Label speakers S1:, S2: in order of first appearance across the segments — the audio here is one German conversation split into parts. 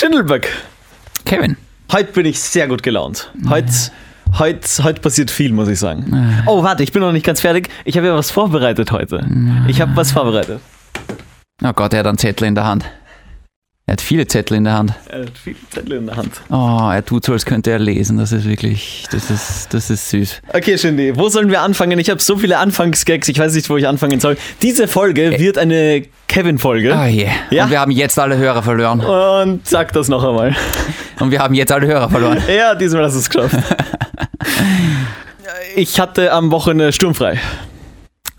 S1: Schindelberg,
S2: Kevin.
S1: heute bin ich sehr gut gelaunt. Heute, heute, heute passiert viel, muss ich sagen. Oh, warte, ich bin noch nicht ganz fertig. Ich habe ja was vorbereitet heute. Ich habe was vorbereitet.
S2: Oh Gott, er hat einen Zettel in der Hand. Er hat viele Zettel in der Hand.
S1: Er hat viele Zettel in der Hand.
S2: Oh, er tut so, als könnte er lesen. Das ist wirklich, das ist, das ist süß.
S1: Okay, Shindy, wo sollen wir anfangen? Ich habe so viele Anfangsgags, ich weiß nicht, wo ich anfangen soll. Diese Folge wird eine
S2: Ah
S1: Kevin-Folge.
S2: je.
S1: Ja?
S2: Und wir haben jetzt alle Hörer verloren.
S1: Und sag das noch einmal.
S2: Und wir haben jetzt alle Hörer verloren.
S1: Ja, diesmal hast du es geschafft. Ich hatte am Wochenende sturmfrei.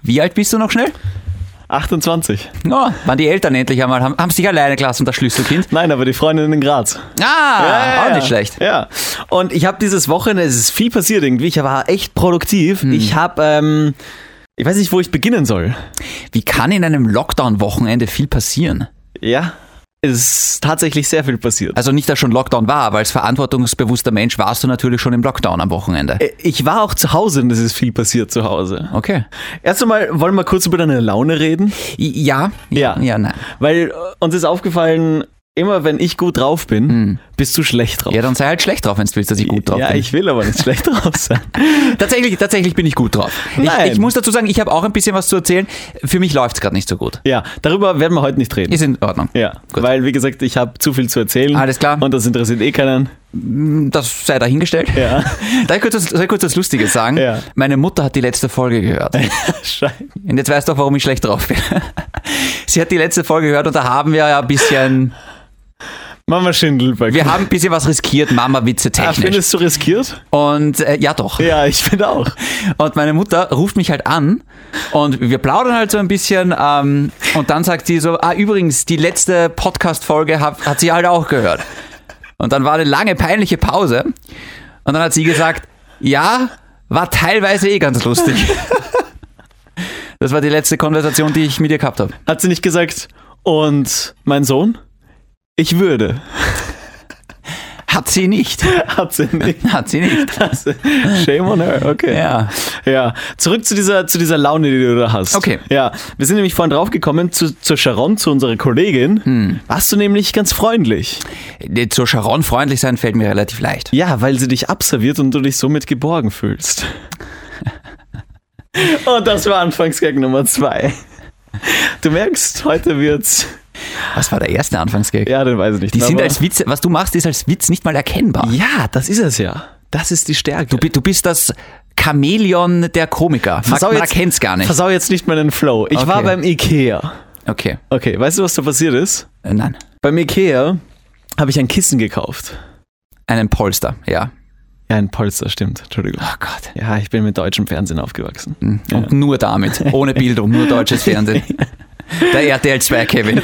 S2: Wie alt bist du noch schnell?
S1: 28.
S2: Oh, waren die Eltern endlich einmal, haben, haben sich alleine gelassen, das Schlüsselkind.
S1: Nein, aber die Freundin in Graz.
S2: Ah, auch nicht schlecht.
S1: Ja. Und ich habe dieses Wochenende, es ist viel passiert irgendwie, ich war echt produktiv.
S2: Hm.
S1: Ich habe, ähm, ich weiß nicht, wo ich beginnen soll.
S2: Wie kann in einem Lockdown-Wochenende viel passieren?
S1: Ja. Es ist tatsächlich sehr viel passiert.
S2: Also nicht, dass schon Lockdown war, aber als verantwortungsbewusster Mensch warst du natürlich schon im Lockdown am Wochenende.
S1: Äh, Ich war auch zu Hause und es ist viel passiert zu Hause.
S2: Okay.
S1: Erst einmal wollen wir kurz über deine Laune reden,
S2: I- Ja?
S1: Ja.
S2: Ja, nein.
S1: weil äh, uns ist aufgefallen, immer wenn ich gut drauf bin, bist du schlecht drauf.
S2: Hm. Ja, dann sei halt schlecht drauf, wenn du willst, dass ich gut drauf
S1: ja,
S2: bin.
S1: ich will aber nicht schlecht drauf sein.
S2: tatsächlich, tatsächlich bin ich gut drauf.
S1: Nein.
S2: Ich, ich muss dazu sagen, ich habe auch ein bisschen was zu erzählen. Für mich läuft es gerade nicht so gut.
S1: Ja, darüber werden wir heute nicht reden.
S2: Ist in Ordnung.
S1: ja,
S2: Gut.
S1: weil wie gesagt, ich habe zu viel zu erzählen.
S2: Alles klar.
S1: Und das interessiert eh keinen.
S2: Das sei dahingestellt.
S1: Ja.
S2: Darf ich kurz, was- soll ich kurz was Lustiges sagen?
S1: Ja.
S2: Meine Mutter hat die letzte Folge gehört.
S1: Scheiße.
S2: Und jetzt weißt du auch, warum ich schlecht drauf bin. Sie hat die letzte Folge gehört und da haben wir ja ein bisschen,
S1: Mama Schindelberg.
S2: wir haben ein bisschen was riskiert, Mama-Witze
S1: Ah,
S2: technisch.
S1: findest du riskiert?
S2: Und äh, ja doch.
S1: Ja, ich finde auch.
S2: Und meine Mutter ruft mich halt an und wir plaudern halt so ein bisschen. Ähm, und dann sagt sie so: Ah, übrigens, die letzte Podcast-Folge hat, hat sie halt auch gehört. Und dann war eine lange, peinliche Pause. Und dann hat sie gesagt: Ja, war teilweise eh ganz lustig. Das war die letzte Konversation, die ich mit ihr gehabt habe.
S1: Hat sie nicht gesagt, und mein Sohn? Ich würde.
S2: Hat sie nicht.
S1: Hat sie nicht.
S2: Hat sie nicht.
S1: Hat sie- Shame on her, okay.
S2: Ja.
S1: Ja, zurück zu dieser, zu dieser Laune, die du da hast.
S2: Okay.
S1: Ja, wir sind nämlich vorhin draufgekommen zu, zur Sharon, zu unserer Kollegin. Warst du nämlich ganz freundlich.
S2: Zur Sharon freundlich sein fällt mir relativ leicht.
S1: Ja, weil sie dich abserviert und du dich somit geborgen fühlst. und das war Anfangsgag Nummer zwei. Du merkst, heute wird's.
S2: Was war der erste Anfangsgag?
S1: Ja, den weiß ich nicht.
S2: Die sind
S1: aber-
S2: als Witze, was du machst, ist als Witz nicht mal erkennbar.
S1: Ja, das ist es ja. Das ist die Stärke.
S2: Du, bi- du bist das Chamäleon der Komiker. Man, man erkennt's gar nicht.
S1: Versau jetzt nicht meinen Flow. Ich war
S2: Okay.
S1: beim Ikea.
S2: Okay,
S1: Okay, weißt du, was da passiert ist?
S2: äh, nein.
S1: Beim Ikea habe ich ein Kissen gekauft.
S2: Einen Polster, ja.
S1: Ja, ein Polster, stimmt. Entschuldigung.
S2: Oh Gott.
S1: Ja, ich bin mit deutschem Fernsehen aufgewachsen.
S2: Und nur damit, ohne Bildung, nur deutsches Fernsehen. Der RTL 2 Kevin.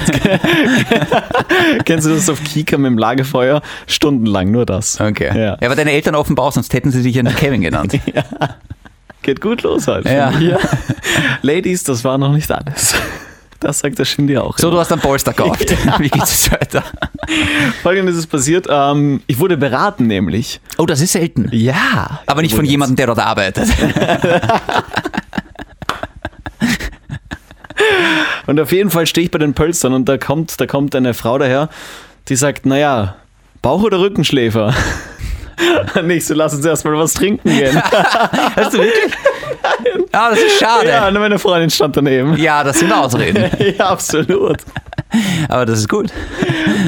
S1: Kennst du das auf Kika mit dem Lagerfeuer? Stundenlang nur das.
S2: Okay.
S1: Ja.
S2: Ja. aber deine Eltern offenbar, sonst hätten sie dich ja nicht Kevin genannt.
S1: Geht gut los heute.
S2: Ja.
S1: finde ich. Ladies, das war noch nicht alles. Das sagt der Shindy auch.
S2: So,
S1: immer.
S2: du hast einen Polster gekauft. Wie geht's jetzt weiter?
S1: Folgendes ist passiert. Ähm, ich wurde beraten nämlich.
S2: Oh, das ist selten.
S1: Ja.
S2: Aber nicht von
S1: Übrigens.
S2: jemandem, der dort arbeitet.
S1: Und auf jeden Fall stehe ich bei den Pölstern und da kommt, da kommt eine Frau daher, die sagt, naja, Bauch- oder Rückenschläfer? Nicht so, lass uns erstmal was trinken gehen.
S2: Hast du wirklich? Ah, das ist schade.
S1: ja,
S2: Ja.
S1: und meine Freundin stand daneben.
S2: das sind Ausreden.
S1: ja, absolut.
S2: Aber das ist gut.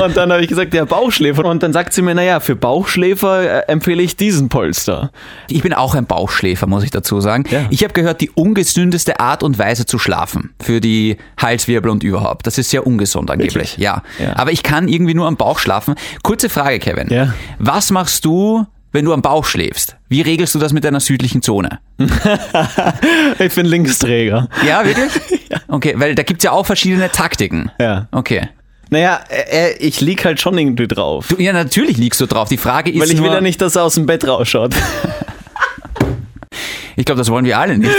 S1: Und dann habe ich gesagt, ja, Bauchschläfer. Und dann sagt sie mir, naja, für Bauchschläfer äh, empfehle ich diesen Polster.
S2: Ich bin auch ein Bauchschläfer, muss ich dazu sagen.
S1: Ja.
S2: Ich habe gehört, die ungesündeste Art und Weise zu schlafen für die Halswirbel und überhaupt. Das ist sehr ungesund angeblich. Ja.
S1: Ja.
S2: Aber ich kann irgendwie nur am Bauch schlafen. Kurze Frage, Kevin.
S1: Ja.
S2: Was machst du, wenn du am Bauch schläfst? Wie regelst du das mit deiner südlichen Zone?
S1: Ich bin Linksträger.
S2: Ja, wirklich? Okay, weil da gibt's ja auch verschiedene Taktiken.
S1: Ja.
S2: Okay.
S1: Naja, äh, äh, ich lieg halt schon irgendwie drauf.
S2: Du, ja, natürlich liegst du drauf. Die Frage ist
S1: weil ich
S2: nur,
S1: will ja nicht, dass er aus dem Bett rausschaut.
S2: ich glaube, das wollen wir alle nicht.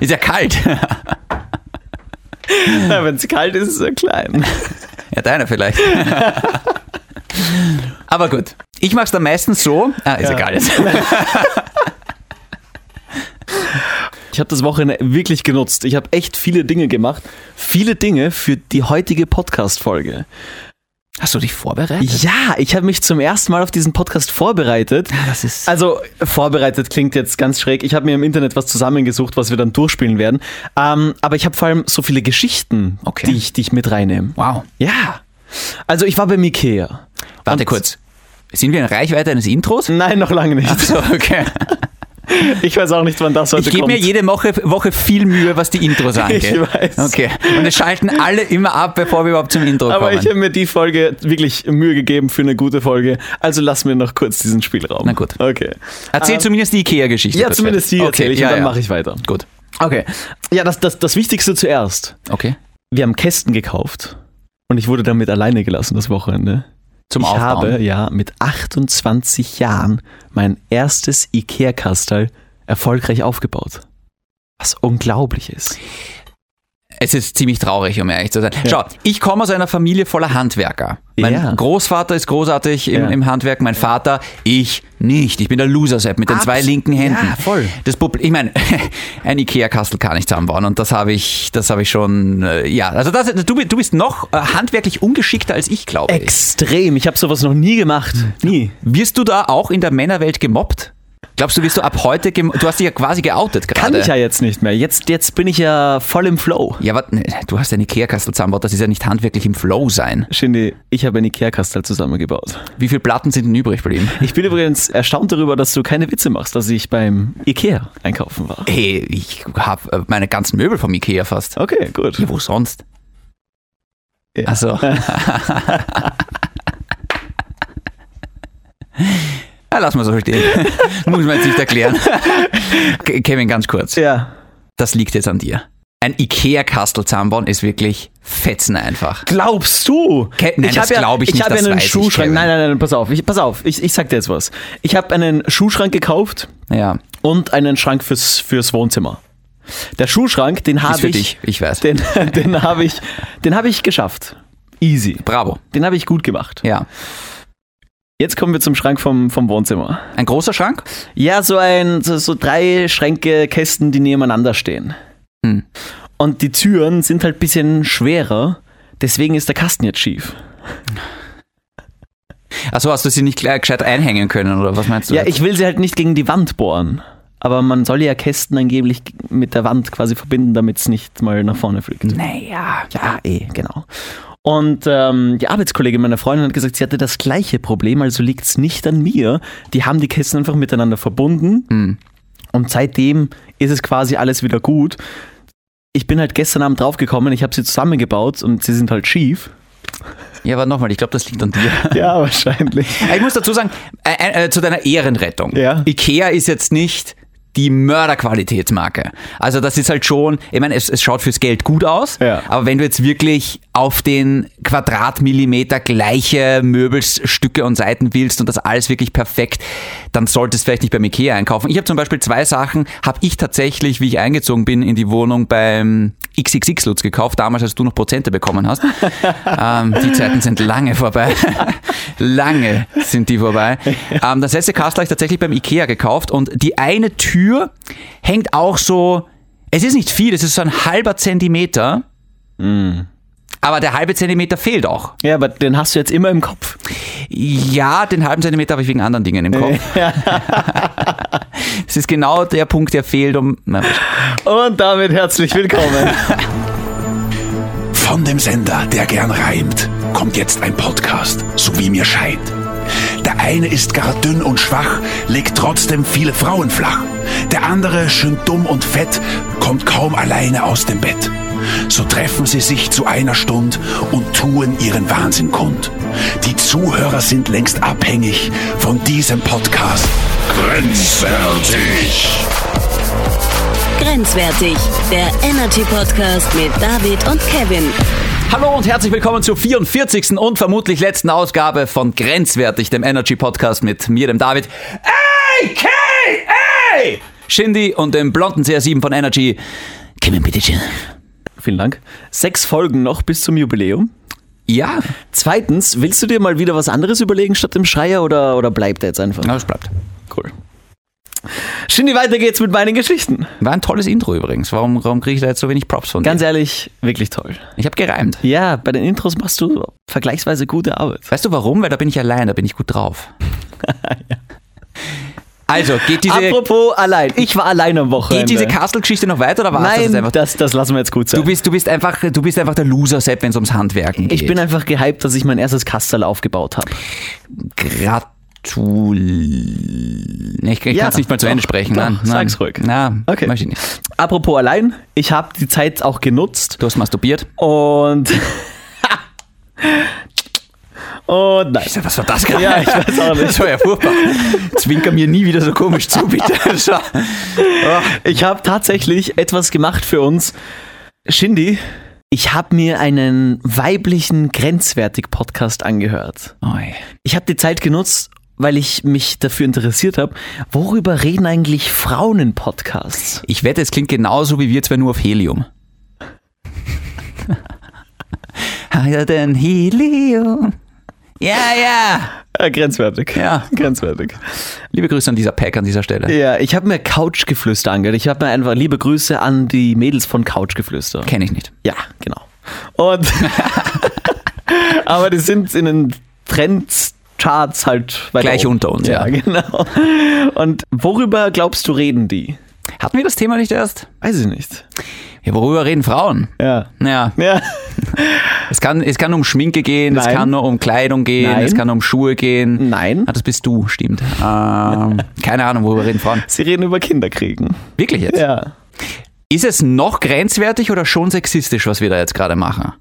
S2: ist ja kalt.
S1: ja, Wenn es kalt ist, ist er klein.
S2: Ja, deiner vielleicht. Aber gut. Ich mach's dann meistens so. Ah, ist
S1: Ja.
S2: egal jetzt.
S1: Ich habe das Wochenende wirklich genutzt. Ich habe echt viele Dinge gemacht. Viele Dinge für die heutige Podcast-Folge.
S2: Hast du dich vorbereitet?
S1: Ja, ich habe mich zum ersten Mal auf diesen Podcast vorbereitet.
S2: Das ist.
S1: Also vorbereitet klingt jetzt ganz schräg. Ich habe mir im Internet was zusammengesucht, was wir dann durchspielen werden. Ähm, aber ich habe vor allem so viele Geschichten,
S2: Okay.
S1: die, ich, die ich mit reinnehme.
S2: Wow.
S1: Ja. Also ich war bei Ikea.
S2: Warte
S1: Und- Hm.
S2: kurz. Sind wir in Reichweite eines Intros?
S1: Nein, noch lange nicht.
S2: So, okay.
S1: Ich weiß auch nicht, wann das heute
S2: Ich gebe
S1: kommt.
S2: mir jede Woche, Woche viel Mühe, was die Intros angeht.
S1: Ich weiß.
S2: Okay. Und es schalten alle immer ab, bevor wir überhaupt zum Intro
S1: aber ich
S2: kommen.
S1: habe mir die Folge wirklich Mühe gegeben für eine gute Folge. Also lass mir noch kurz diesen Spielraum.
S2: Na gut.
S1: Okay.
S2: Erzähl zumindest die IKEA-Geschichte.
S1: Ah. Ja,
S2: kurz
S1: zumindest die
S2: fertig.
S1: erzähle ich
S2: ja,
S1: und dann
S2: ja.
S1: mache ich weiter.
S2: Gut.
S1: Okay. Ja, das, das, das Wichtigste zuerst.
S2: Okay.
S1: Wir haben Kästen gekauft und ich wurde damit alleine gelassen das Wochenende.
S2: Zum
S1: ich
S2: Aufbauen.
S1: habe ja mit 28 Jahren mein erstes Ikea-Kastel erfolgreich aufgebaut. Was unglaublich ist.
S2: Es ist ziemlich traurig, um ehrlich zu sein. Schau, ich komme aus einer Familie voller Handwerker. Mein
S1: Ja.
S2: Großvater ist großartig im,
S1: Ja.
S2: im Handwerk, mein Vater, ich nicht. Ich bin der Loser-Sepp mit den zwei
S1: Abs-
S2: linken Händen.
S1: Ja, voll.
S2: Das Problem, ich meine, ein Ikea-Kastel kann ich zusammenbauen und das habe ich, das habe ich schon, äh, ja. Also das, du, bi- du bist noch äh, handwerklich ungeschickter als ich, glaube ich.
S1: Extrem. Ich habe sowas noch nie gemacht. Nie.
S2: Wirst du da auch in der Männerwelt gemobbt? Glaubst du, wirst du ab heute gemobbt? Du hast dich ja quasi geoutet gerade.
S1: Kann ich ja jetzt nicht mehr. Jetzt, jetzt bin ich ja voll im Flow.
S2: Ja, warte, nee, du hast ein Ikea-Kastel zusammengebaut, das ist ja nicht handwerklich im Flow sein.
S1: Schindy, ich habe ein Ikea-Kastel zusammengebaut.
S2: Wie viele Platten sind denn übrig geblieben?
S1: Ich bin übrigens erstaunt darüber, dass du keine Witze machst, dass ich beim Ikea einkaufen war.
S2: Hey, ich habe meine ganzen Möbel vom Ikea fast.
S1: Okay, gut.
S2: Ja, wo sonst?
S1: Ja.
S2: Also. ja, lass mal so stehen. Muss man jetzt nicht erklären. K- Kevin, ganz kurz.
S1: Ja.
S2: Das liegt jetzt an dir. Ein Ikea-Kastel zusammenbauen ist wirklich fetzen einfach.
S1: Glaubst du?
S2: Ke- nein, das
S1: hab ja-
S2: glaub ich nicht,
S1: Ich habe
S2: das
S1: einen
S2: weiß ich,
S1: Schuhschrank.
S2: Kevin.
S1: nein, nein, nein, pass auf. Ich, pass auf. Ich, ich sag dir jetzt was. Ich habe einen Schuhschrank gekauft
S2: Ja,
S1: und einen Schrank fürs, fürs Wohnzimmer. Der Schuhschrank, den
S2: ist
S1: habe
S2: für
S1: ich,
S2: dich, ich weiß.
S1: den, den habe ich, den habe ich geschafft. Easy.
S2: Bravo.
S1: Den habe ich gut gemacht.
S2: Ja.
S1: Jetzt kommen wir zum Schrank vom, vom Wohnzimmer.
S2: Ein großer Schrank?
S1: Ja, so ein, so, so drei Schränke, Kästen, die nebeneinander stehen.
S2: Hm.
S1: Und die Türen sind halt ein bisschen schwerer. Deswegen ist der Kasten jetzt schief.
S2: Achso, hast du sie nicht gleich gescheit einhängen können, oder was meinst du?
S1: Ja,
S2: jetzt?
S1: ich will sie halt nicht gegen die Wand bohren. Aber man soll ja Kästen angeblich g- mit der Wand quasi verbinden, damit es nicht mal nach vorne fliegt.
S2: Naja.
S1: Ja, eh, genau. Und ähm, die Arbeitskollegin meiner Freundin hat gesagt, sie hatte das gleiche Problem, also liegt es nicht an mir. Die haben die Kästen einfach miteinander verbunden. Und seitdem ist es quasi alles wieder gut. Ich bin halt gestern Abend draufgekommen, ich habe sie zusammengebaut und sie sind halt schief.
S2: Ja, aber nochmal, ich glaube, das liegt an dir.
S1: Ja, wahrscheinlich.
S2: Ich muss dazu sagen, äh, äh, zu deiner Ehrenrettung.
S1: Ja.
S2: Ikea ist jetzt nicht die Mörderqualitätsmarke. Also das ist halt schon, ich meine, es, es schaut fürs Geld gut aus,
S1: Ja.
S2: aber wenn du jetzt wirklich auf den Quadratmillimeter gleiche Möbelstücke und Seiten willst und das alles wirklich perfekt, dann solltest du vielleicht nicht beim Ikea einkaufen. Ich habe zum Beispiel zwei Sachen, habe ich tatsächlich, wie ich eingezogen bin in die Wohnung beim XXX Lutz gekauft, damals als du noch Prozente bekommen hast. Ähm, die Zeiten sind lange vorbei. lange sind die vorbei. Ähm, das letzte Castle habe ich tatsächlich beim Ikea gekauft und die eine Tür hängt auch so, es ist nicht viel, es ist so ein halber Zentimeter. Aber der halbe Zentimeter fehlt auch.
S1: Ja, aber den hast du jetzt immer im Kopf.
S2: Ja, den halben Zentimeter habe ich wegen anderen Dingen im Kopf. Es ist genau der Punkt, der fehlt, um. Na,
S1: Und damit herzlich willkommen.
S3: Von dem Sender, der gern reimt, kommt jetzt ein Podcast, so wie mir scheint. Der eine ist gar dünn und schwach, legt trotzdem viele Frauen flach. Der andere, schön dumm und fett, kommt kaum alleine aus dem Bett. So treffen sie sich zu einer Stund und tun ihren Wahnsinn kund. Die Zuhörer sind längst abhängig von diesem Podcast. Grenzwertig.
S4: Grenzwertig, der Energy Podcast mit David und Kevin.
S2: Hallo und herzlich willkommen zur 44. und vermutlich letzten Ausgabe von Grenzwertig, dem Energy Podcast mit mir, dem David. AKA! Shindy und dem blonden CR7 von Energy. Kevin, bitte schön.
S1: Vielen Dank. Sechs Folgen noch bis zum Jubiläum.
S2: Ja,
S1: Zweitens, willst du dir mal wieder was anderes überlegen statt dem Schreier oder, oder bleibt er jetzt einfach?
S2: das bleibt.
S1: Cool. Schindy, weiter geht's mit meinen Geschichten.
S2: War ein tolles Intro übrigens. Warum, warum kriege ich da jetzt so wenig Props von dir?
S1: Ganz ehrlich, wirklich toll.
S2: Ich habe gereimt.
S1: Ja, bei den Intros machst du vergleichsweise gute Arbeit.
S2: Weißt du warum? Weil da bin ich allein, da bin ich gut drauf. Also, geht diese,
S1: Apropos allein. Ich war allein am Wochenende.
S2: geht diese Castle-Geschichte noch weiter oder war
S1: Nein,
S2: das
S1: das,
S2: einfach?
S1: das, lassen wir jetzt gut sein.
S2: Du bist, du, bist einfach, du bist einfach der Loser, Sepp, wenn es ums Handwerken geht.
S1: ich bin einfach gehypt, dass ich mein erstes Kastel aufgebaut habe.
S2: Gratul. Nee, Ich, ich
S1: Ja,
S2: kann es nicht mal zu
S1: doch,
S2: Ende sprechen.
S1: doch,
S2: nein, nein.
S1: sag's ruhig.
S2: Na,
S1: Okay.
S2: möchte ich nicht.
S1: Apropos allein, ich habe die Zeit auch genutzt
S2: Du hast masturbiert.
S1: und. und nein.
S2: Was war das gerade?
S1: Ja, ich weiß auch nicht.
S2: Das war ja furchtbar. Zwinker mir nie wieder so komisch zu, bitte. Das war-
S1: Ich habe tatsächlich etwas gemacht für uns. Shindy, ich habe mir einen weiblichen Grenzwertig-Podcast angehört.
S2: Oi.
S1: Ich habe die Zeit genutzt, weil ich mich dafür interessiert habe, worüber reden eigentlich Frauen in Podcasts?
S2: Ich wette, es klingt genauso wie wir zwei nur auf Helium. Higher than Helium. Ja, ja.
S1: Äh, grenzwertig.
S2: Ja.
S1: Grenzwertig.
S2: Liebe Grüße an dieser Pack an dieser Stelle.
S1: Ja, ich habe mir Couchgeflüster angehört. Ich habe mir einfach liebe Grüße an die Mädels von Couchgeflüster.
S2: Kenne ich nicht.
S1: Ja, genau. Und aber die sind in den Trendcharts halt weiter
S2: Gleich
S1: oben.
S2: unter uns, ja.
S1: genau. Und worüber glaubst du reden die?
S2: Hatten wir das Thema nicht erst?
S1: Weiß ich nicht.
S2: Ja, worüber reden Frauen?
S1: Ja.
S2: Ja,
S1: Ja.
S2: es kann, es kann um Schminke gehen, es
S1: Nein.
S2: kann nur um Kleidung gehen,
S1: Nein. Mhm.
S2: es kann um Schuhe gehen.
S1: Nein.
S2: Ah, das bist du, stimmt. Ähm, keine Ahnung, worüber reden Frauen.
S1: Sie reden über Kinderkriegen.
S2: Wirklich jetzt?
S1: Ja.
S2: Ist es noch grenzwertig oder schon sexistisch, was wir da jetzt gerade machen?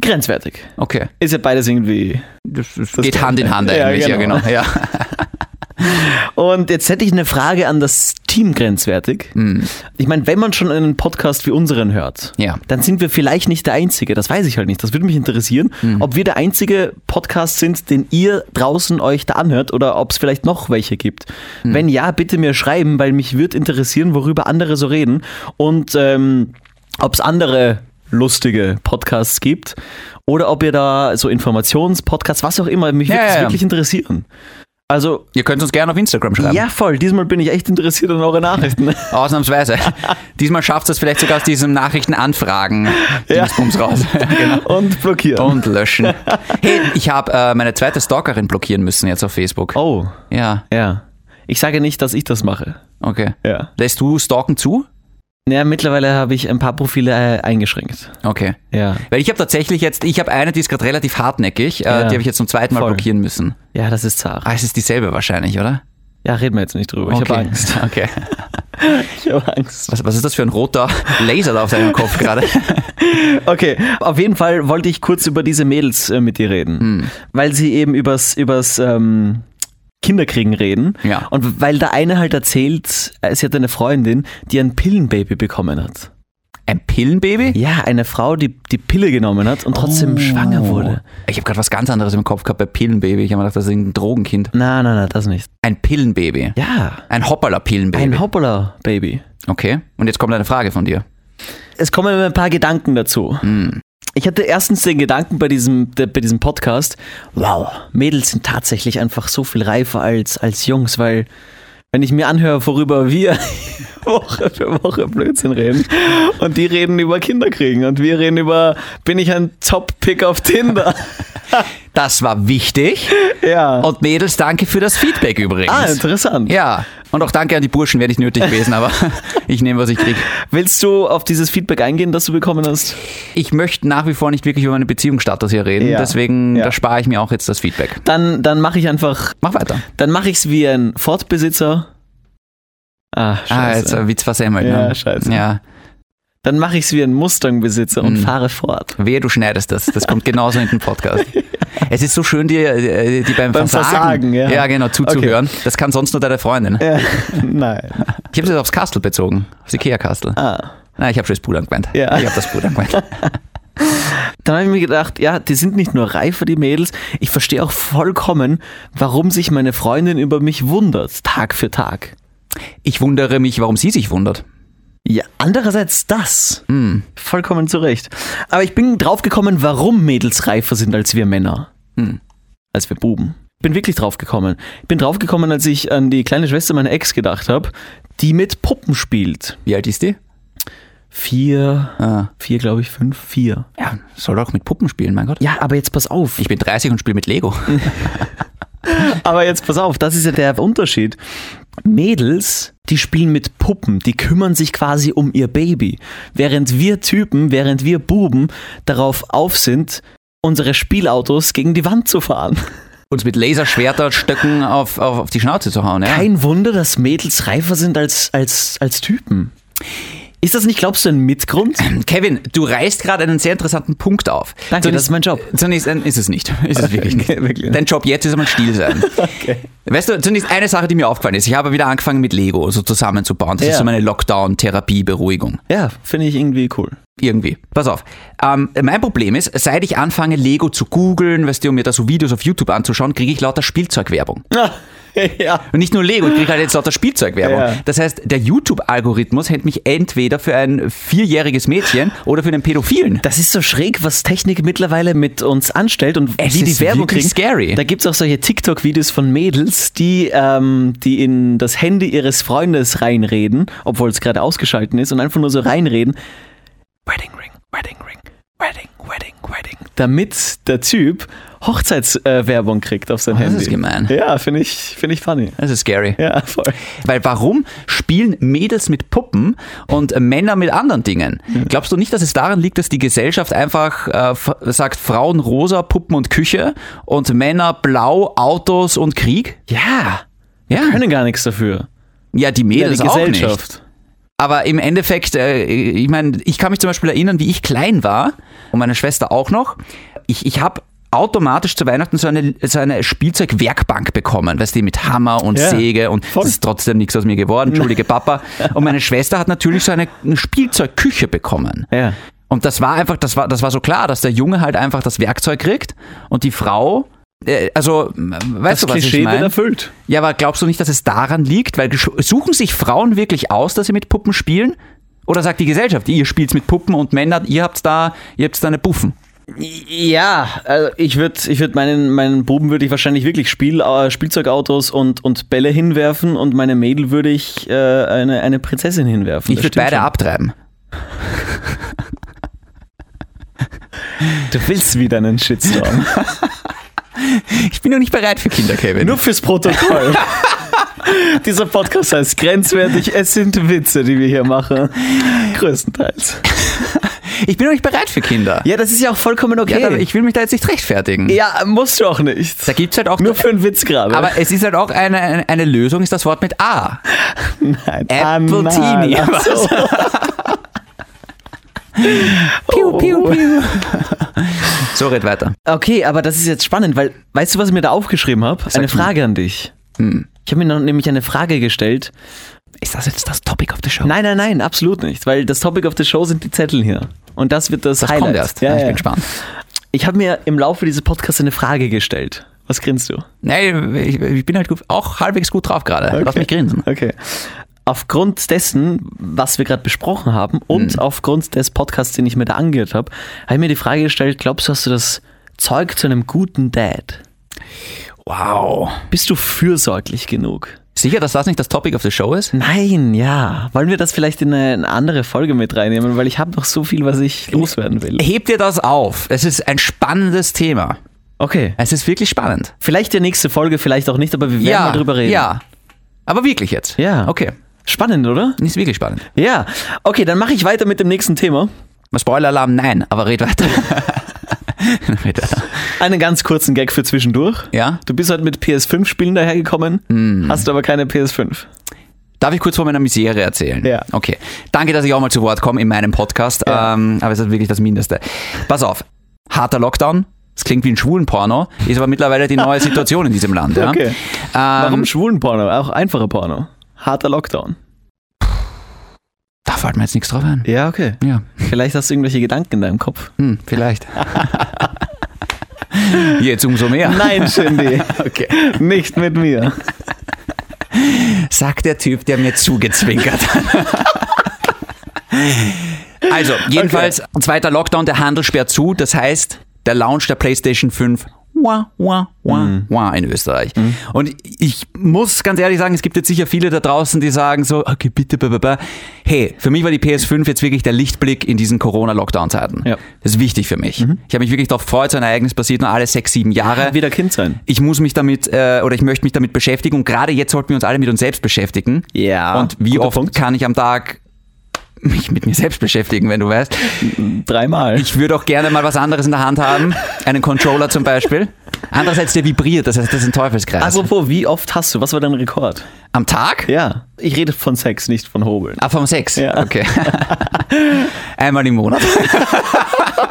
S1: Grenzwertig.
S2: Okay.
S1: Ist ja beides irgendwie. das
S2: Geht Hand in Hand
S1: Ja,
S2: eigentlich, ja
S1: genau.
S2: genau. Ja,
S1: Und jetzt hätte ich eine Frage an das Team Grenzwertig. Ich meine, wenn man schon einen Podcast wie unseren hört,
S2: Mhm. Ja.
S1: dann sind wir vielleicht nicht der Einzige. Das weiß ich halt nicht. Das würde mich interessieren,
S2: Mhm.
S1: ob wir der einzige Podcast sind, den ihr draußen euch da anhört oder ob es vielleicht noch welche gibt.
S2: Mhm.
S1: Wenn ja, bitte mir schreiben, weil mich würde interessieren, worüber andere so reden und ähm, ob es andere lustige Podcasts gibt oder ob ihr da so Informationspodcasts, was auch immer, mich
S2: Ja,
S1: würde
S2: ja,
S1: das
S2: ja.
S1: wirklich interessieren. Also
S2: Ihr könnt uns gerne auf Instagram schreiben.
S1: ja, voll. Diesmal bin ich echt interessiert an eure Nachrichten.
S2: Ausnahmsweise. Diesmal schafft es vielleicht sogar aus diesem Nachrichtenanfragen. Ja. raus. genau.
S1: Und blockieren.
S2: Und löschen. Hey, ich habe äh, meine zweite Stalkerin blockieren müssen jetzt auf Facebook.
S1: oh,
S2: Ja,
S1: ja. Ich sage nicht, dass ich das mache.
S2: okay.
S1: Ja.
S2: Lässt du Stalken zu?
S1: Naja, mittlerweile habe ich ein paar Profile äh, eingeschränkt.
S2: Okay.
S1: Ja.
S2: Weil ich habe tatsächlich jetzt, ich habe eine, die ist gerade relativ hartnäckig,
S1: Ja.
S2: äh, die habe ich jetzt zum zweiten Mal
S1: Voll.
S2: blockieren müssen.
S1: Ja, das ist zart.
S2: Ah, es ist dieselbe wahrscheinlich, oder?
S1: Ja, reden wir jetzt nicht drüber. Ich habe Angst.
S2: Okay.
S1: Ich habe Angst.
S2: Was, was ist das für ein roter Laser da auf deinem Kopf gerade?
S1: Okay, auf jeden Fall wollte ich kurz über diese Mädels äh, mit dir reden. Weil sie eben übers, übers ähm, Kinderkriegen reden.
S2: Ja.
S1: Und weil der eine halt erzählt, äh, sie hat eine Freundin, die ein Pillenbaby bekommen hat.
S2: Ein Pillenbaby?
S1: Ja, eine Frau, die die Pille genommen hat und trotzdem schwanger wurde.
S2: Ich habe gerade was ganz anderes im Kopf gehabt bei Pillenbaby. Ich habe mir gedacht, das ist irgendein Drogenkind.
S1: Na, na, na, das nicht.
S2: Ein Pillenbaby.
S1: Ja,
S2: Ein Hoppala-Pillenbaby.
S1: ein Hoppala-Baby.
S2: okay. Und jetzt kommt eine Frage von dir.
S1: Es kommen immer ein paar Gedanken dazu. Ich hatte erstens den Gedanken bei diesem, der- bei diesem Podcast, wow, Mädels sind tatsächlich einfach so viel reifer als, als Jungs, weil wenn ich mir anhöre, worüber wir Woche für Woche Blödsinn reden und die reden über Kinderkriegen und wir reden über, bin ich ein Top-Pick auf Tinder?
S2: Das war wichtig.
S1: ja.
S2: Und Mädels, danke für Oh, das Feedback übrigens.
S1: ah, interessant.
S2: ja. Und auch danke an die Burschen, wäre nicht nötig gewesen, aber ich nehme, was ich kriege.
S1: Willst du auf dieses Feedback eingehen, das du bekommen hast?
S2: Ich möchte nach wie vor nicht wirklich über meinen Beziehungsstatus hier reden,
S1: Ja.
S2: deswegen
S1: Ja.
S2: da spare ich mir auch jetzt das Feedback.
S1: Dann, dann mache ich einfach,
S2: Mach weiter.
S1: dann mache ich es wie ein Fortbesitzer. Ah,
S2: Ah, jetzt
S1: scheiße.
S2: ein Witz versemmelt.
S1: Ja,
S2: ne?
S1: scheiße.
S2: Ja.
S1: dann mache ich es wie ein Mustang-Besitzer und fahre fort.
S2: Wehe, du schneidest das. Das kommt genauso in den Podcast. Es ist so schön, dir äh, die beim,
S1: Beim Versagen, ja.
S2: genau, zuzuhören. Das kann sonst nur deine Freundin.
S1: Nein.
S2: Ich habe das aufs Kastel bezogen, aufs Ikea-Kastel.
S1: Ah.
S2: Nein, ich habe schon das Pudern gemeint.
S1: Ja.
S2: Ich habe das Pudern gemeint.
S1: Dann habe ich mir gedacht, ja, die sind nicht nur reifer, die Mädels. Ich verstehe auch vollkommen, warum sich meine Freundin über mich wundert, Tag für Tag.
S2: Ich wundere mich, warum sie sich wundert.
S1: Ja, andererseits das. Vollkommen zu Recht. Hm. Aber ich bin draufgekommen, warum Mädels reifer sind als wir Männer. Als wir Buben. bin wirklich draufgekommen. Ich bin draufgekommen, als ich an die kleine Schwester meiner Ex gedacht habe, die mit Puppen spielt.
S2: Wie alt ist die?
S1: Vier,
S2: Ah.
S1: vier glaube ich, fünf, vier.
S2: Ja, soll doch mit Puppen spielen, mein Gott.
S1: Ja, aber jetzt pass auf.
S2: Ich bin 30 und spiele mit Lego.
S1: Mhm. Aber jetzt pass auf, das ist ja der Unterschied. Mädels, die spielen mit Puppen, die kümmern sich quasi um ihr Baby. Während wir Typen, während wir Buben darauf auf sind, unsere Spielautos gegen die Wand zu fahren.
S2: Uns mit Laserschwertern, Stöcken auf, auf, auf die Schnauze zu hauen, ja?
S1: Kein Wunder, dass Mädels reifer sind als, als, als Typen. Ist das nicht, glaubst du, ein Mitgrund?
S2: Kevin, du reißt gerade einen sehr interessanten Punkt auf.
S1: Danke, das ist mein Job.
S2: Zunächst äh, ist es nicht. Ist es wirklich nicht.
S1: Okay, wirklich.
S2: Dein Job jetzt ist einmal still sein. Weißt du, zunächst eine Sache, die mir aufgefallen ist. Ich habe wieder angefangen mit Lego so zusammenzubauen. Das
S1: Ja.
S2: ist so meine Lockdown-Therapie-Beruhigung.
S1: Ja, finde ich irgendwie cool.
S2: Irgendwie. Pass auf. Ähm, mein Problem ist, seit ich anfange, Lego zu googeln, weißt du, um mir da so Videos auf YouTube anzuschauen, kriege ich lauter Spielzeugwerbung.
S1: ja.
S2: Und nicht nur Lego, ich kriege halt jetzt lauter Spielzeugwerbung.
S1: Ja.
S2: Das heißt, der YouTube-Algorithmus hält mich entweder für ein vierjähriges Mädchen oder für einen Pädophilen.
S1: Das ist so schräg, was Technik mittlerweile mit uns anstellt und
S2: Es
S1: wie
S2: ist
S1: die Werbung kriegen.
S2: wirklich scary.
S1: Da gibt es auch solche TikTok-Videos von Mädels, die, ähm, die in das Handy ihres Freundes reinreden, obwohl es gerade ausgeschalten ist, und einfach nur so reinreden. Wedding Ring, Wedding Ring, Wedding, Wedding, Wedding. Damit der Typ Hochzeitswerbung äh, Werbung kriegt auf sein
S2: Oh, das
S1: Handy.
S2: ist gemein.
S1: Ja, finde ich, finde ich funny.
S2: Das ist scary.
S1: Ja, voll.
S2: Weil warum spielen Mädels mit Puppen und Männer mit anderen Dingen? Glaubst du nicht, dass es daran liegt, dass die Gesellschaft einfach äh, f- sagt, Frauen rosa, Puppen und Küche und Männer blau, Autos und Krieg?
S1: Ja,
S2: Ja,
S1: können gar nichts dafür.
S2: ja die Mädels
S1: ja, die
S2: auch nicht.
S1: Gesellschaft.
S2: Aber im Endeffekt, äh, ich meine, ich kann mich zum Beispiel erinnern, wie ich klein war und meine Schwester auch noch. Ich, ich habe automatisch zu Weihnachten so eine, so eine Spielzeugwerkbank bekommen, weißt du, mit Hammer und
S1: Ja,
S2: Säge und
S1: voll.
S2: es ist trotzdem nichts aus mir geworden, entschuldige Papa. Und meine Schwester hat natürlich so eine, eine Spielzeugküche bekommen.
S1: Ja.
S2: Und das war einfach, das war, das war so klar, dass der Junge halt einfach das Werkzeug kriegt und die Frau, äh, also, äh,
S1: Das
S2: weißt du, was
S1: Klischee wird
S2: ich meine?
S1: erfüllt.
S2: Ja, aber glaubst du nicht, dass es daran liegt? Weil gesch- suchen sich Frauen wirklich aus, dass sie mit Puppen spielen? Oder sagt die Gesellschaft, ihr spielt mit Puppen und Männer, ihr habt da, ihr habt da eine Puffen?
S1: Ja, also ich würde ich würd meinen, meinen Buben würde ich wahrscheinlich wirklich Spiel, äh, Spielzeugautos und, und Bälle hinwerfen und meine Mädel würde ich äh, eine, eine Prinzessin hinwerfen.
S2: Ich
S1: Das
S2: würde
S1: stimmt
S2: beide
S1: schon.
S2: abtreiben.
S1: Du willst wieder einen Shitstorm.
S2: Ich bin noch nicht bereit für Kinder, Kevin.
S1: Nur fürs Protokoll. Dieser Podcast heißt grenzwertig, es sind Witze, die wir hier machen. Größtenteils.
S2: ich bin noch nicht bereit für Kinder.
S1: Ja, das ist ja auch vollkommen okay.
S2: Ja, aber ich will mich da jetzt nicht rechtfertigen.
S1: ja musst du auch nicht.
S2: Da gibt's halt auch.
S1: Nur für einen Witz gerade.
S2: aber es ist halt auch eine, eine, eine Lösung, ist das Wort mit A.
S1: Ah, Nein.
S2: Appletini.
S1: Anal. Ach so.
S2: Piu, piu, piu. Oh. So, red weiter.
S1: Okay, aber das ist jetzt spannend, weil weißt du, was ich mir da aufgeschrieben habe? Eine
S2: mir.
S1: Frage an dich.
S2: Hm.
S1: Ich habe mir noch, nämlich eine Frage gestellt.
S2: Ist das jetzt das Topic of the Show?
S1: Nein, nein, nein, absolut nicht, weil das Topic of the Show sind die Zettel hier. Und das wird das,
S2: das
S1: Highlight.
S2: kommt erst.
S1: Ja,
S2: ich
S1: ja.
S2: bin gespannt.
S1: Ich habe mir im Laufe dieses Podcasts eine Frage gestellt. Was grinst du?
S2: Nein, ich, ich bin halt gut, auch halbwegs gut drauf gerade. Lass mich grinsen.
S1: Okay. Aufgrund dessen, was wir gerade besprochen haben und
S2: Hm.
S1: aufgrund des Podcasts, den ich mir da angehört habe, habe ich mir die Frage gestellt, glaubst du, hast du das Zeug zu einem guten Dad?
S2: Wow.
S1: Bist du fürsorglich genug?
S2: Sicher, dass das nicht das Topic of the Show ist?
S1: Nein, ja. Wollen wir das vielleicht in eine, eine andere Folge mit reinnehmen? Weil ich habe noch so viel, was ich loswerden will.
S2: Heb dir das auf. Es ist ein spannendes Thema.
S1: Okay.
S2: Es ist wirklich spannend.
S1: Vielleicht die nächste Folge, vielleicht auch nicht, aber wir werden mal drüber reden.
S2: Ja. Aber wirklich jetzt?
S1: Ja.
S2: Okay.
S1: Spannend, oder?
S2: Ist wirklich spannend.
S1: Ja. Okay, dann mache ich weiter mit dem nächsten Thema.
S2: Spoiler-Alarm, nein, aber red weiter. red weiter.
S1: Einen ganz kurzen Gag für zwischendurch.
S2: Ja?
S1: Du bist heute mit PS5-Spielen dahergekommen, hast aber keine PS5.
S2: Darf ich kurz von meiner Misere erzählen?
S1: Ja.
S2: Okay. Danke, dass ich auch mal zu Wort komme in meinem Podcast.
S1: Ja.
S2: Ähm, aber es ist wirklich das Mindeste. Pass auf. Harter Lockdown. Es klingt wie ein Schwulenporno, ist aber mittlerweile die neue Situation in diesem Land. Ja?
S1: Okay.
S2: Ähm,
S1: Warum schwulen Porno? Auch einfacher Porno. Harter Lockdown.
S2: Da fällt mir jetzt nichts drauf ein.
S1: Ja, okay.
S2: Ja.
S1: Vielleicht hast du irgendwelche Gedanken in deinem Kopf.
S2: Hm, vielleicht. Jetzt umso mehr.
S1: Nein, Shindy.
S2: Okay.
S1: nicht mit mir.
S2: Sagt der Typ, der mir zugezwinkert hat. Also, jedenfalls, zweiter Lockdown, der Handel sperrt zu. Das heißt, der Launch der PlayStation 5 wah, wah, wah, wah in Österreich. Und ich muss ganz ehrlich sagen, es gibt jetzt sicher viele da draußen, die sagen so, okay, bitte, blah, blah, blah. hey, für mich war die PS5 jetzt wirklich der Lichtblick in diesen Corona-Lockdown-Zeiten.
S1: Ja.
S2: Das ist wichtig für mich. Ich habe mich wirklich darauf gefreut, so ein Ereignis passiert nur alle sechs, sieben Jahre
S1: Wieder Kind sein.
S2: ich muss mich damit äh, oder ich möchte mich damit beschäftigen und gerade jetzt sollten wir uns alle mit uns selbst beschäftigen.
S1: Ja,
S2: Und wie
S1: guter
S2: oft
S1: Punkt.
S2: kann ich am Tag mich mit mir selbst beschäftigen, wenn du weißt.
S1: Dreimal.
S2: Ich würde auch gerne mal was anderes in der Hand haben, einen Controller zum Beispiel. Andererseits der vibriert, das heißt, das ist ein Teufelskreis.
S1: Apropos, wie oft hast du? Was war dein Rekord?
S2: am Tag?
S1: Also- Ja. Ich rede von Sex, nicht von Hobeln.
S2: Ah, vom Sex.
S1: Ja.
S2: Okay. Einmal im Monat.
S1: Ah,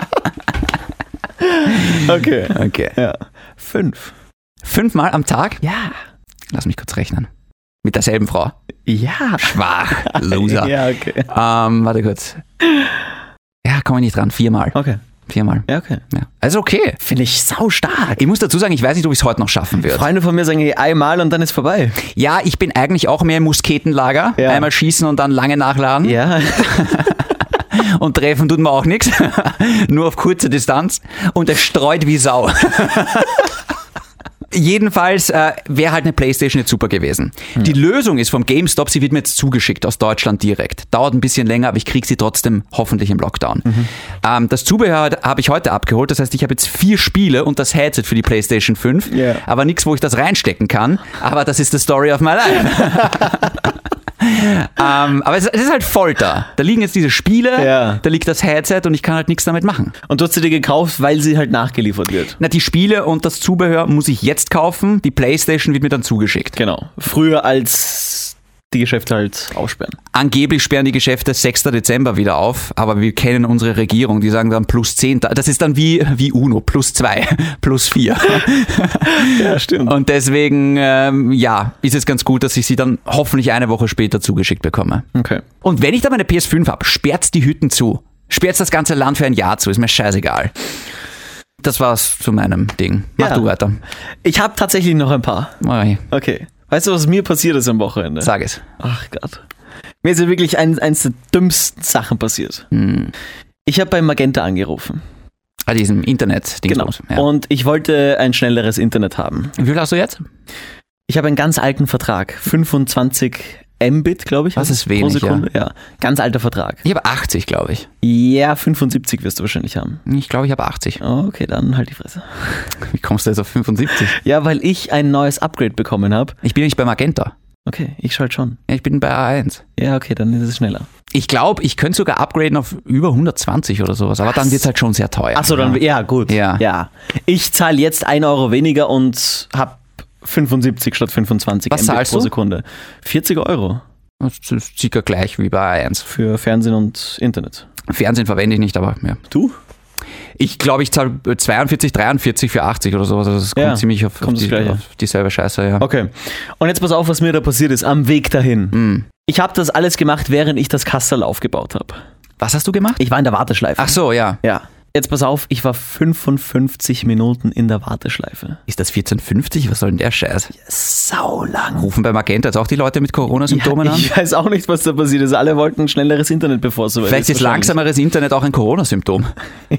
S1: Okay.
S2: Okay.
S1: Ja. Fünf.
S2: Fünfmal am Tag?
S1: Ja.
S2: Lass mich kurz rechnen. Mit derselben Frau.
S1: Ja.
S2: Schwach. Loser.
S1: Ja, okay.
S2: Ähm, warte kurz. Ja, komme ich nicht dran. Viermal.
S1: Okay.
S2: Viermal.
S1: Ja, okay.
S2: Ja. Also okay.
S1: Finde ich sau stark.
S2: Ich muss dazu sagen, ich weiß nicht, ob ich es heute noch schaffen würde.
S1: Freunde von mir sagen ey, einmal und dann ist vorbei.
S2: Ja, ich bin eigentlich auch mehr im Musketenlager.
S1: Ja.
S2: Einmal schießen und dann lange nachladen.
S1: Ja.
S2: Und treffen tut mir auch nichts. Nur auf kurze Distanz. Und es streut wie Sau. Jedenfalls äh, wäre halt eine Playstation jetzt super gewesen.
S1: Hm.
S2: Die Lösung ist vom GameStop, sie wird mir jetzt zugeschickt aus Deutschland direkt. Dauert ein bisschen länger, aber ich kriege sie trotzdem hoffentlich im Lockdown.
S1: Mhm.
S2: Ähm, das Zubehör habe ich heute abgeholt, das heißt, ich habe jetzt vier Spiele und das Headset für die Playstation 5,
S1: Ja.
S2: aber nichts, wo ich das reinstecken kann. Aber das ist the story of my life. ähm, aber es, es ist halt Folter. Da liegen jetzt diese Spiele,
S1: Ja.
S2: da liegt das Headset und ich kann halt nichts damit machen.
S1: Und du hast sie dir gekauft, weil sie halt nachgeliefert wird.
S2: Na, die Spiele und das Zubehör muss ich jetzt kaufen. Die Playstation wird mir dann zugeschickt.
S1: Genau. Früher als die Geschäfte halt aussperren.
S2: Angeblich sperren die Geschäfte 6. Dezember wieder auf, aber wir kennen unsere Regierung, die sagen dann plus 10. Ta- Das ist dann wie, wie UNO, plus 2, plus 4.
S1: Ja, stimmt.
S2: Und deswegen, ähm, ja, ist es ganz gut, dass ich sie dann hoffentlich eine Woche später zugeschickt bekomme.
S1: Okay.
S2: Und wenn ich dann meine PS5 habe, sperrt die Hütten zu. Sperrt das ganze Land für ein Jahr zu, ist mir scheißegal. Das war's zu meinem Ding. Mach
S1: Ja.
S2: du weiter.
S1: Ich habe tatsächlich noch ein paar.
S2: Okay,
S1: Okay. Weißt du, was mir passiert ist am Wochenende?
S2: sag es.
S1: Ach Gott. Mir ist ja wirklich ein, eins der dümmsten Sachen passiert.
S2: Hm.
S1: Ich habe bei Magenta angerufen.
S2: Ah, diesem Internet-Ding.
S1: Genau.
S2: Ja.
S1: Und ich wollte ein schnelleres Internet haben.
S2: Wie viel hast du jetzt?
S1: Ich habe einen ganz alten Vertrag. 25 Mbit, glaube ich.
S2: Das ist wenig,
S1: Pro Sekunde, ja. Ganz alter Vertrag.
S2: Ich habe 80, glaube ich.
S1: Ja, 75 wirst du wahrscheinlich haben.
S2: Ich glaube, ich habe 80.
S1: Okay, dann halt die Fresse.
S2: Wie kommst du jetzt auf 75?
S1: Ja, weil ich ein neues Upgrade bekommen habe.
S2: Ich bin nicht bei Magenta.
S1: Okay, ich schalte schon.
S2: Ja, Ich bin bei A1.
S1: Ja, okay, dann ist es schneller.
S2: Ich glaube, ich könnte sogar upgraden auf über 120 oder sowas, aber dann wird es halt schon sehr teuer.
S1: Achso, dann, ja, gut.
S2: Ja.
S1: ja. Ich zahle jetzt 1 Euro weniger und habe 75 statt 25
S2: Was
S1: Mbit
S2: zahlst
S1: pro
S2: du?
S1: Sekunde. 40 Euro
S2: Das ist circa gleich wie bei A1.
S1: für Fernsehen und Internet.
S2: Fernsehen verwende ich nicht, aber ja.
S1: Du?
S2: Ich glaube, ich zahle 42, 43 für 80 oder sowas. Also das kommt
S1: Ja,
S2: ziemlich auf, auf,
S1: kommt das
S2: die,
S1: Gleiche.
S2: auf dieselbe Scheiße, ja.
S1: Okay. Und jetzt pass auf, was mir da passiert ist, am Weg dahin.
S2: Hm.
S1: Ich habe das alles gemacht, während ich das Kasserl aufgebaut habe.
S2: Was hast du gemacht?
S1: Ich war in der Warteschleife.
S2: Ach so, ja.
S1: Ja. Jetzt pass auf, ich war 55 Minuten in der Warteschleife.
S2: Ist das 1450? Was soll denn der Scheiß?
S1: Sau lang.
S2: Rufen bei Magenta jetzt auch die Leute mit Corona-Symptomen
S1: Ja,
S2: an?
S1: ich weiß auch nicht, was da passiert ist. Alle wollten schnelleres Internet, bevor es so
S2: Vielleicht ist langsameres Internet auch ein Corona-Symptom.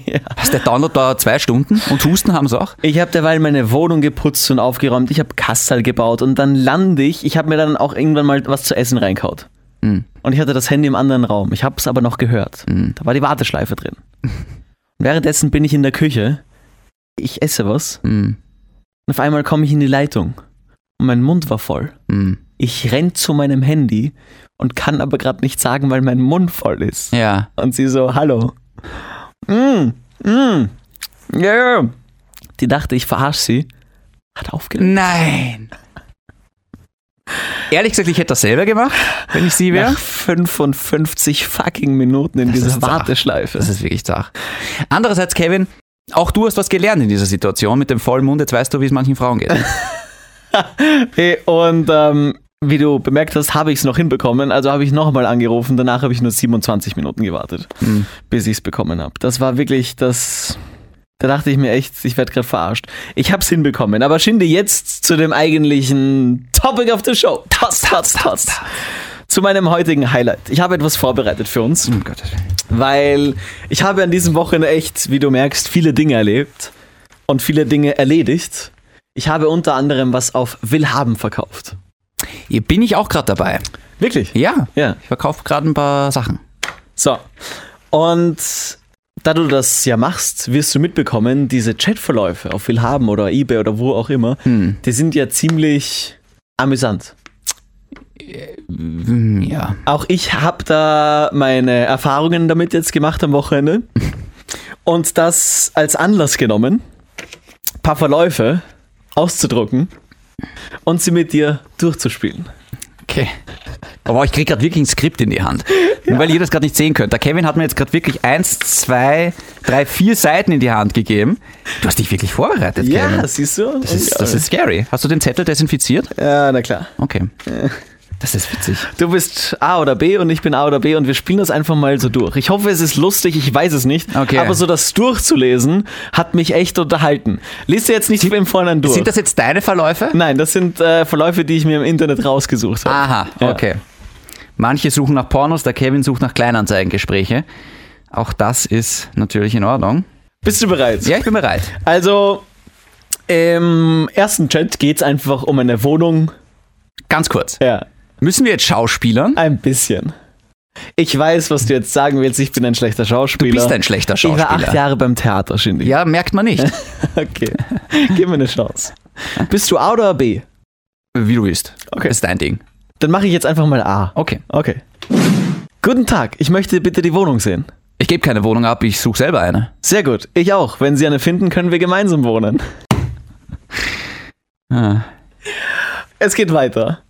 S1: Ja.
S2: Was, der Download dauert zwei Stunden und Husten haben sie auch.
S1: Ich habe derweil meine Wohnung geputzt und aufgeräumt. Ich habe Kastal gebaut und dann lande ich. Ich habe mir dann auch irgendwann mal was zu essen reinkaut. Und ich hatte das Handy im anderen Raum. Ich habe es aber noch gehört.
S2: Hm,
S1: Da war die Warteschleife drin. Und währenddessen bin ich in der Küche. Ich esse was.
S2: Hm,
S1: Und auf einmal komme ich in die Leitung. Und mein Mund war voll.
S2: hm.
S1: Ich renn zu meinem Handy und kann aber gerade nicht sagen, weil mein Mund voll ist.
S2: Ja.
S1: Und sie so, hallo. Mm, mm, ja, ja. Die dachte, ich verarsche sie. Hat aufgelegt.
S2: Nein. Ehrlich gesagt, ich hätte das selber gemacht, wenn ich sie wäre.
S1: Nach 55 fucking Minuten in
S2: Das
S1: dieser
S2: ist zart.
S1: Warteschleife.
S2: Das ist wirklich zart. Andererseits, Kevin, auch du hast was gelernt in dieser Situation mit dem vollen Mund. Jetzt weißt du, wie es manchen Frauen geht.
S1: Hey, und ähm, wie du bemerkt hast, habe ich es noch hinbekommen. Also habe ich nochmal angerufen. Danach habe ich nur 27 Minuten gewartet, bis ich es bekommen habe. Das war wirklich das. Da dachte ich mir echt, ich werde gerade verarscht. Ich hab's hinbekommen. Aber Schinde, jetzt zu dem eigentlichen Topic of the Show. Tots, tots, tots. Zu meinem heutigen Highlight. Ich habe etwas vorbereitet für uns,
S2: Oh Gott.
S1: weil ich habe an diesem Wochenende echt, wie du merkst, viele Dinge erlebt. und viele Dinge erledigt. Ich habe unter anderem was auf Willhaben verkauft.
S2: Hier bin ich auch gerade dabei.
S1: Wirklich?
S2: Ja.
S1: Ja.
S2: Ich verkaufe gerade ein paar Sachen.
S1: So. Und da du das ja machst, wirst du mitbekommen, diese Chatverläufe auf Willhaben oder eBay oder wo auch immer, die sind ja ziemlich amüsant.
S2: Hm, Ja.
S1: Auch ich habe da meine Erfahrungen damit jetzt gemacht am Wochenende und das als Anlass genommen, ein paar Verläufe auszudrucken und sie mit dir durchzuspielen.
S2: Okay. Aber ich kriege gerade wirklich ein Skript in die Hand. Nur weil ihr das gerade nicht sehen könnt. Der Kevin hat mir jetzt gerade wirklich eins, zwei, drei, vier Seiten in die Hand gegeben. Du hast dich wirklich vorbereitet, Kevin.
S1: siehst du?
S2: Das ist, das ist scary. Hast du den Zettel desinfiziert?
S1: äh, ja, na klar.
S2: Okay. Das ist witzig.
S1: Du bist A oder B und ich bin A oder B und wir spielen das einfach mal so durch. Ich hoffe, es ist lustig, ich weiß es nicht.
S2: Okay.
S1: Aber so das durchzulesen hat mich echt unterhalten. Lest dir jetzt nicht im Vorhinein durch.
S2: Sind das jetzt deine Verläufe?
S1: Nein, das sind äh, Verläufe, die ich mir im Internet rausgesucht habe.
S2: Aha,
S1: Ja.
S2: okay. Manche suchen nach Pornos, der Kevin sucht nach Kleinanzeigengespräche. Auch das ist natürlich in Ordnung.
S1: Bist du bereit?
S2: Ja, ich bin bereit.
S1: Also, im ersten Chat geht es einfach um eine Wohnung.
S2: Ganz kurz.
S1: Ja,
S2: Müssen wir jetzt schauspielern?
S1: ein bisschen. Ich weiß, was du jetzt sagen willst. Ich bin ein schlechter Schauspieler.
S2: Du bist ein schlechter
S1: Ich war acht
S2: Schauspieler.
S1: Jahre beim Theater, Shindy.
S2: Ja, merkt man nicht.
S1: Okay. Gib mir eine Chance. Bist du A oder B?
S2: Wie du willst.
S1: Okay.
S2: Ist dein Ding.
S1: Dann mache ich jetzt einfach mal A.
S2: Okay.
S1: Okay. Guten Tag, ich möchte bitte die Wohnung sehen.
S2: Ich gebe keine Wohnung ab, ich suche selber eine.
S1: Sehr gut, ich auch. Wenn Sie eine finden, können wir gemeinsam wohnen.
S2: Ah.
S1: Es geht weiter.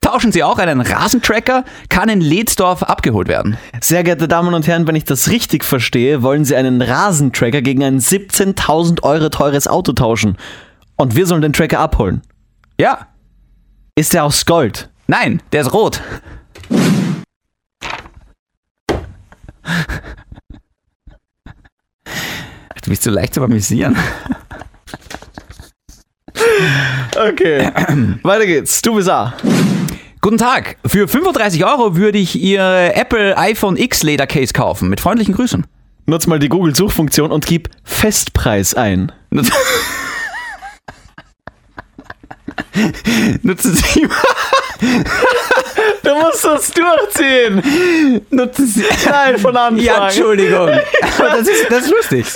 S2: Tauschen Sie auch einen Rasentracker? Kann in Ledsdorf abgeholt werden.
S1: Sehr geehrte Damen und Herren, wenn ich das richtig verstehe, wollen Sie einen Rasentracker gegen ein 17.000 Euro teures Auto tauschen. Und wir sollen den Tracker abholen.
S2: Ja.
S1: Ist der aus Gold?
S2: Nein, der ist rot. Du bist so leicht zu amüsieren.
S1: Okay. Weiter geht's. Du bist A.
S2: Guten Tag. Für 35 Euro würde ich Ihr Apple iPhone X Ledercase kaufen. Mit freundlichen Grüßen.
S1: Nutz mal die Google-Suchfunktion und gib Festpreis ein.
S2: Nutz- Nutzen Sie,
S1: Du musst das durchziehen.
S2: nutzen Sie.
S1: Nein, von Anfang.
S2: Ja, Entschuldigung. Aber das ist, das ist lustig.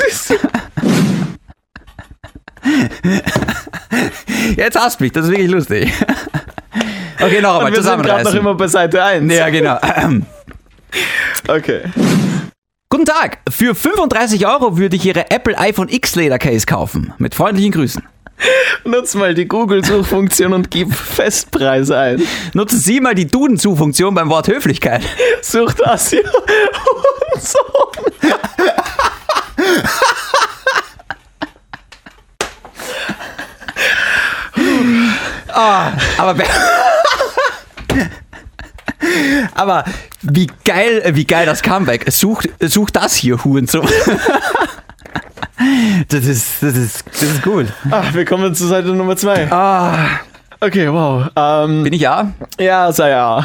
S2: Jetzt hasst mich, das ist wirklich lustig. Okay, noch einmal
S1: Wir sind gerade noch
S2: zusammenreißen.
S1: immer bei Seite 1.
S2: Ja, genau. Ähm.
S1: Okay.
S2: Guten Tag. Für 35 Euro würde ich Ihre Apple iPhone X Leder Case kaufen. Mit freundlichen Grüßen.
S1: Nutz mal die Google-Suchfunktion und gib Festpreis ein.
S2: Nutzen Sie mal die Duden-Zu-Funktion beim Wort Höflichkeit.
S1: Such das hier. Und so.
S2: Aber, wer- aber wie geil, äh, wie geil das Comeback. Sucht, sucht das hier, Hurensohn. Das ist, das ist, das ist cool.
S1: Ach, Ah, wir kommen zu Seite Nummer 2.
S2: Ah,
S1: Okay, wow. Ähm,
S2: bin ich ja?
S1: ja, sei ja.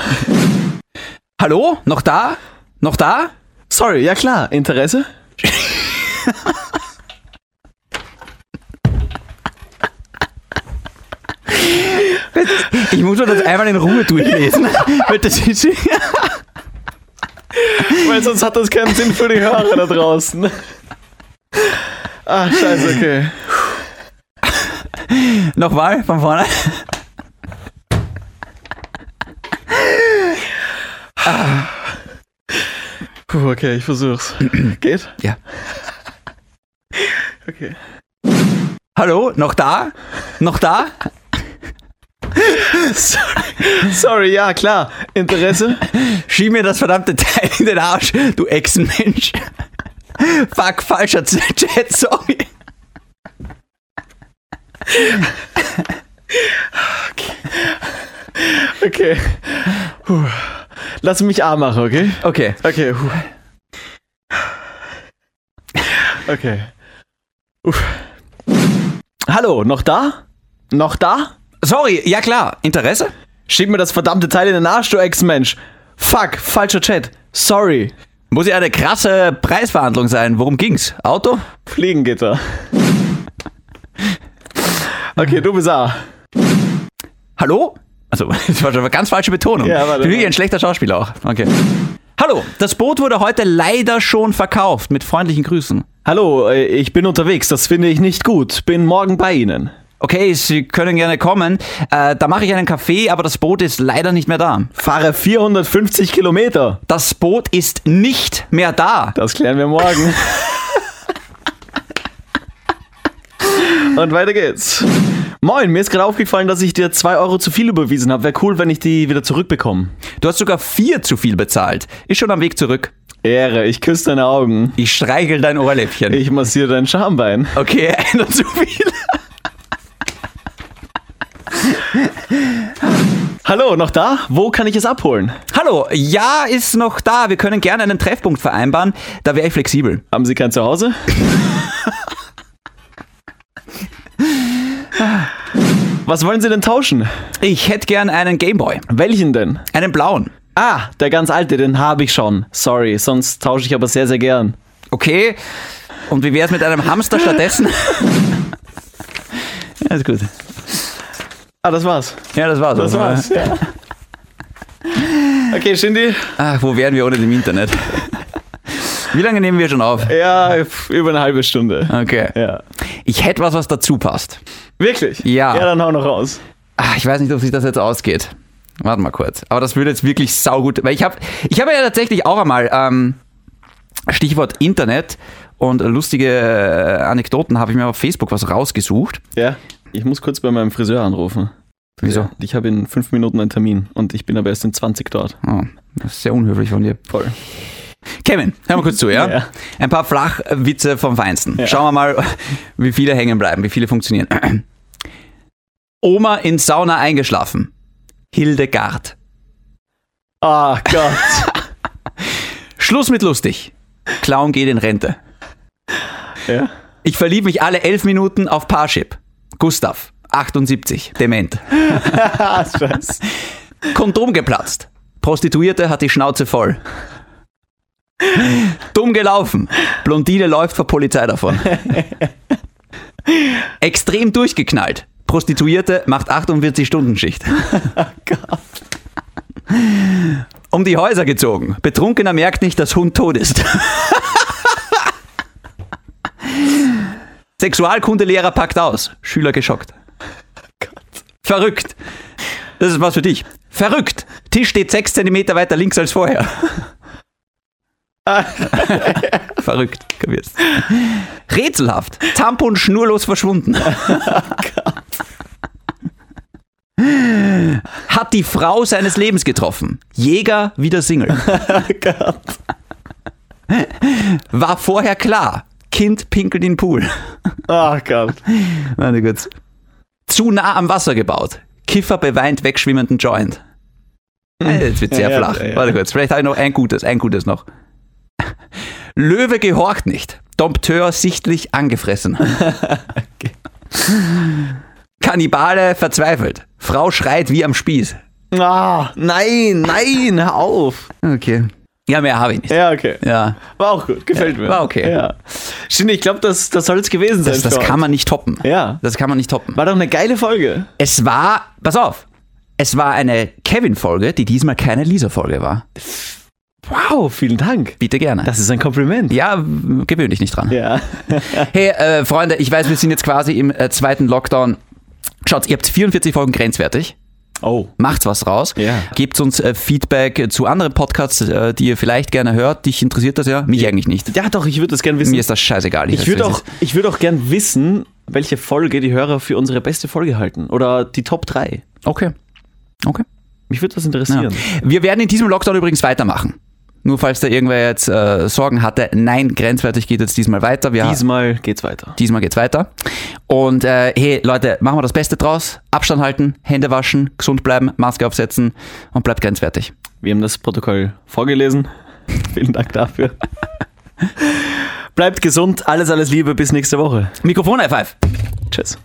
S2: Hallo? Noch da? Noch da?
S1: Sorry, ja klar. Interesse?
S2: Ich muss mir das einmal in Ruhe durchlesen. Weil das ist,
S1: Weil sonst hat das keinen Sinn für die Hörer da draußen. Ach, Ah, scheiße, okay.
S2: nochmal von vorne.
S1: Puh, okay, ich versuch's. Geht?
S2: Ja.
S1: Okay.
S2: Hallo? Noch da? Noch da?
S1: Sorry, ja, klar. Interesse?
S2: Schieb mir das verdammte Teil in den Arsch, du Echsenmensch. Fuck, falscher Chat, sorry.
S1: Okay. Puh. Lass mich A machen, okay?
S2: Okay.
S1: Okay. Puh. Okay. Uff. Hallo, noch da? Noch da?
S2: Sorry, ja klar. Interesse?
S1: Schieb mir das verdammte Teil in den Arsch, du Ex-Mensch. Fuck, falscher Chat. Sorry.
S2: Muss ja eine krasse Preisverhandlung sein. Worum ging's? Auto?
S1: Fliegengitter. Okay, du bist A.
S2: Hallo? Also, das war schon eine ganz falsche Betonung.
S1: Ja,
S2: Ja,
S1: warte,
S2: ich bin wirklich
S1: warte.
S2: ein schlechter Schauspieler auch. Okay. Hallo, das Boot wurde heute leider schon verkauft. Mit freundlichen Grüßen.
S1: Hallo, äh, ich bin unterwegs, das finde ich nicht gut. Bin morgen bei Ihnen.
S2: Okay, Sie können gerne kommen. Äh, da mache ich einen Kaffee, aber das Boot ist leider nicht mehr da.
S1: Fahre 450 Kilometer.
S2: Das Boot ist nicht mehr da.
S1: Das klären wir morgen. Und weiter geht's. Moin, mir ist gerade aufgefallen, dass ich dir 2 Euro zu viel überwiesen habe. Wäre cool, wenn ich die wieder zurückbekomme.
S2: Du hast sogar vier zu viel bezahlt. Ist schon am Weg zurück.
S1: Ehre, ich küsse deine Augen.
S2: Ich streichel dein Ohrläppchen.
S1: Ich massiere dein Schambein.
S2: Okay, einer zu viel.
S1: Hallo, noch da? Wo kann ich es abholen?
S2: Hallo, ja ist noch da. Wir können gerne einen Treffpunkt vereinbaren. Da wäre ich flexibel.
S1: Haben Sie kein Zuhause? Was wollen Sie denn tauschen?
S2: Ich hätte gern einen Gameboy.
S1: Welchen denn?
S2: Einen blauen.
S1: Ah, der ganz alte, den habe ich schon. Sorry, sonst tausche ich aber sehr, sehr gern.
S2: Okay. Und wie wäre es mit einem Hamster stattdessen? ja, ist gut.
S1: Ah, das war's.
S2: Ja, das war's.
S1: Das war's, ja. Okay, Shindy,
S2: Ach, wo wären wir ohne dem Internet? Wie lange nehmen wir schon auf?
S1: ja, pf, über eine halbe Stunde.
S2: Okay.
S1: Ja.
S2: Ich hätte was, was dazu passt.
S1: Wirklich?
S2: Ja.
S1: Ja, dann hau noch raus.
S2: Ah, ich weiß nicht, ob sich das jetzt ausgeht. Warte mal kurz. Aber das würde jetzt wirklich saugut. Weil ich habe ich hab ja tatsächlich auch einmal, ähm, Stichwort Internet und lustige äh, Anekdoten, habe ich mir auf Facebook was rausgesucht.
S1: Ja. Ich muss kurz bei meinem Friseur anrufen.
S2: Wieso?
S1: Ich habe in fünf Minuten einen Termin und ich bin aber erst in 20 dort.
S2: Oh, das ist sehr unhöflich von dir.
S1: Voll.
S2: Kevin, hör mal kurz zu, ja?
S1: Ja.
S2: Ein paar Flachwitze vom Feinsten.
S1: Ja.
S2: Schauen wir mal, wie viele hängen bleiben, wie viele funktionieren. Oma in Sauna eingeschlafen. Hildegard.
S1: Ah, Gott.
S2: Schluss mit lustig. Clown geht in Rente.
S1: ja.
S2: Ich verliebe mich alle elf Minuten auf Parship. Gustav, 78, dement.
S1: Ah, Stress.
S2: Kondom geplatzt. Prostituierte hat die Schnauze voll. Dumm gelaufen. Blondine läuft vor Polizei davon. Extrem durchgeknallt. Prostituierte macht 48-Stunden-Schicht. Um die Häuser gezogen. Betrunkener merkt nicht, dass Hund tot ist. Sexualkundelehrer packt aus. Schüler geschockt. Verrückt. Das ist was für dich. Verrückt. Tisch steht 6 cm weiter links als vorher. Verrückt. Kapierst. Rätselhaft. Tampon schnurlos verschwunden. Hat die Frau seines Lebens getroffen. Jäger wieder Single.
S1: Ah,
S2: War vorher klar. Kind pinkelt in den Pool.
S1: Ah, Gott.
S2: Meine Güte. Zu nah am Wasser gebaut. Kiffer beweint wegschwimmenden Joint. Äh, Jetzt wird sehr
S1: Hm. Ja, ja,
S2: flach.
S1: ja, ja.
S2: Warte kurz, vielleicht habe ich noch ein gutes, ein gutes noch. Löwe gehorcht nicht. Dompteur sichtlich angefressen. Kannibale verzweifelt. Frau schreit wie am Spieß.
S1: Ah, nein, nein, hör auf.
S2: Okay. Ja, mehr habe ich nicht.
S1: Ja, okay.
S2: Ja,
S1: War auch gut, gefällt mir.
S2: war okay.
S1: Ja. Stimmt, ich glaube, das, das soll es gewesen sein.
S2: das, das
S1: für
S2: kann
S1: heute.
S2: man nicht toppen.
S1: Ja.
S2: Das kann man nicht toppen.
S1: War doch eine geile Folge.
S2: Es war, pass auf, es war eine Kevin-Folge, die diesmal keine Lisa-Folge war.
S1: Wow, vielen Dank.
S2: Bitte gerne.
S1: Das ist ein Kompliment.
S2: ja, w- gewöhn dich nicht dran.
S1: Ja.
S2: Hey, äh, Freunde, ich weiß, wir sind jetzt quasi im äh, zweiten Lockdown. Schaut, ihr habt 44 Folgen grenzwertig.
S1: Oh.
S2: Macht's was raus.
S1: Ja.
S2: Gebt uns äh, Feedback äh, zu anderen Podcasts, äh, die ihr vielleicht gerne hört. Dich interessiert das ja? Mich eigentlich nicht.
S1: Ja, doch, ich würde das gerne wissen.
S2: Mir ist das scheißegal.
S1: ich
S2: weiß,
S1: würde
S2: was
S1: auch,
S2: es
S1: ich würd auch gern wissen, welche Folge die Hörer für unsere beste Folge halten. Oder die Top 3.
S2: ist. Okay. Okay.
S1: Mich würde das
S2: Ja.
S1: interessieren.
S2: Wir werden in diesem Lockdown übrigens weitermachen. Nur falls da irgendwer jetzt äh, Sorgen hatte, nein, grenzwertig geht jetzt diesmal weiter. Wir
S1: Diesmal geht's weiter.
S2: Diesmal geht's weiter. Und äh, hey, Leute, machen wir das Beste draus. Abstand halten, Hände waschen, gesund bleiben, Maske aufsetzen und bleibt grenzwertig.
S1: Wir haben das Protokoll vorgelesen. vielen Dank dafür. Bleibt gesund, alles, alles Liebe, bis nächste Woche.
S2: Mikrofon F5.
S1: Tschüss.